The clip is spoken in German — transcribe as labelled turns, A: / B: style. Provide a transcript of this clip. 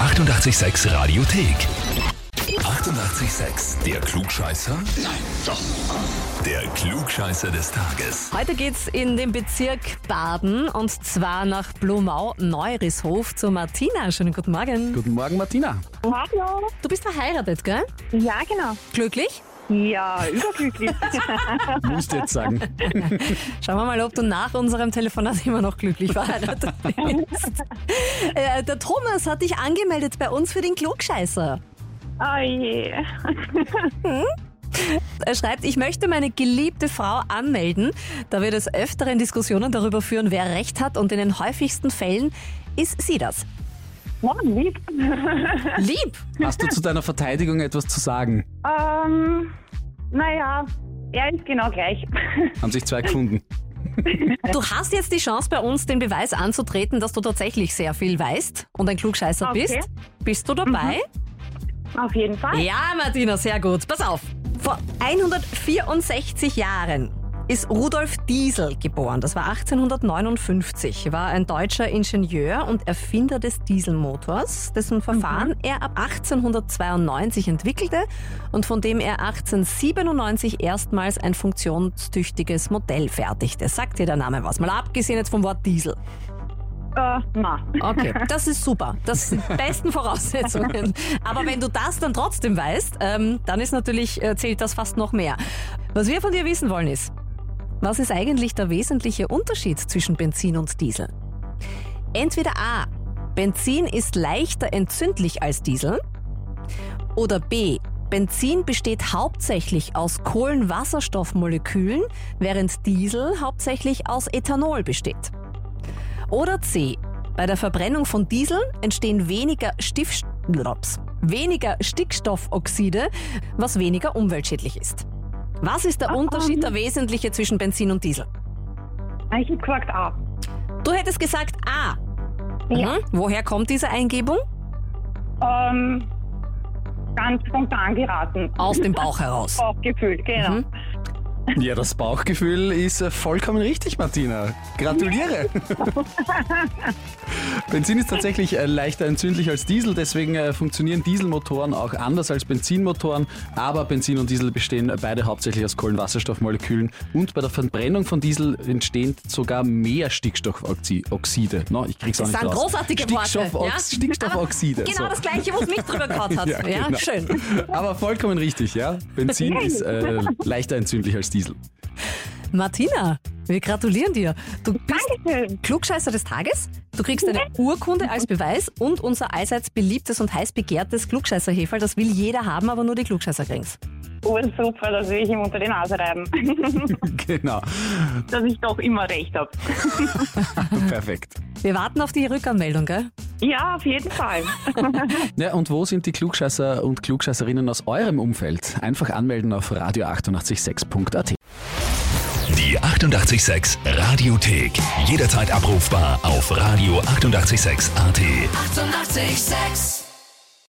A: 886 Radiothek. 88,6. Der Klugscheißer? Nein, doch. Der Klugscheißer des Tages.
B: Heute geht's in den Bezirk Baden und zwar nach Blumau Neurishof zu Martina. Schönen guten Morgen.
C: Guten Morgen, Martina.
D: Hallo.
B: Du bist verheiratet, gell?
D: Ja, genau.
B: Glücklich?
D: Ja, überglücklich.
C: Musst jetzt sagen.
B: Schauen wir mal, ob du nach unserem Telefonat immer noch glücklich verheiratet bist. Äh, der Thomas hat dich angemeldet bei uns für den Klugscheißer.
D: oh je.
B: Er schreibt, ich möchte meine geliebte Frau anmelden, da wir des Öfteren Diskussionen darüber führen, wer recht hat und in den häufigsten Fällen ist sie das.
D: Moin, lieb.
B: Lieb!
C: Hast du zu deiner Verteidigung etwas zu sagen?
D: Ähm, naja, er ist genau gleich.
C: Haben sich zwei gefunden.
B: Du hast jetzt die Chance bei uns, den Beweis anzutreten, dass du tatsächlich sehr viel weißt und ein Klugscheißer
D: Okay.
B: bist. Bist du dabei?
D: Auf jeden Fall.
B: Ja, Martina, sehr gut. Pass auf. Vor 164 Jahren ist Rudolf Diesel geboren. Das war 1859. War ein deutscher Ingenieur und Erfinder des Dieselmotors, dessen Verfahren er ab 1892 entwickelte und von dem er 1897 erstmals ein funktionstüchtiges Modell fertigte. Sagt dir der Name was? Mal abgesehen jetzt vom Wort Diesel.
D: Äh, na.
B: Okay, das ist super. Das sind die besten Voraussetzungen. Aber wenn du das dann trotzdem weißt, ähm, dann ist natürlich, äh, zählt das fast noch mehr. Was wir von dir wissen wollen ist, was ist eigentlich der wesentliche Unterschied zwischen Benzin und Diesel? Entweder A, Benzin ist leichter entzündlich als Diesel. Oder B, Benzin besteht hauptsächlich aus Kohlenwasserstoffmolekülen, während Diesel hauptsächlich aus Ethanol besteht. Oder C. Bei der Verbrennung von Diesel entstehen weniger, Stif Blaps. weniger Stickstoffoxide, was weniger umweltschädlich ist. Was ist der Unterschied, der wesentliche zwischen Benzin und Diesel?
D: Ich hab gesagt, ah.
B: Du hättest gesagt A.
D: Ja.
B: Mhm. Woher kommt diese Eingebung?
D: Ähm, ganz spontan geraten.
B: Aus dem Bauch heraus.
D: Aufgefüllt, genau.
B: Mhm.
C: Ja, das Bauchgefühl ist äh, vollkommen richtig, Martina. Gratuliere. Benzin ist tatsächlich äh, leichter entzündlich als Diesel, deswegen äh, funktionieren Dieselmotoren auch anders als Benzinmotoren. Aber Benzin und Diesel bestehen äh, beide hauptsächlich aus Kohlenwasserstoffmolekülen und bei der Verbrennung von Diesel entstehen sogar mehr Stickstoffoxide. No, ich krieg's auch
B: Das
C: nicht
B: sind
C: raus.
B: großartige Worte.
C: Stickstoffox-
B: ja?
C: Stickstoffoxide.
B: Aber Genau
C: so.
B: das gleiche, wo es mich drüber gekaut hat. ja,
C: genau.
B: schön.
C: Aber vollkommen richtig, ja. Benzin ist äh, leichter entzündlich als Diesel.
B: Martina, wir gratulieren dir. Du bist
D: Dankeschön.
B: Klugscheißer des Tages. Du kriegst eine Urkunde als Beweis und unser allseits beliebtes und heiß begehrtes Klugscheißerheferl. Das will jeder haben, aber nur die Klugscheißer kriegen's.
D: Oh, super, das will ich ihm unter die Nase reiben.
C: Genau,
D: Dass ich doch immer recht habe.
C: perfekt.
B: Wir warten auf die Rückanmeldung, gell?
D: Ja, auf jeden Fall.
C: Ja, und wo sind die Klugscheißer und Klugscheißerinnen aus eurem Umfeld? Einfach anmelden auf radio886.at.
A: Die 88,6 Radiothek. Jederzeit abrufbar auf radio886.at. 88,6.
E: Eighty-eight, sex.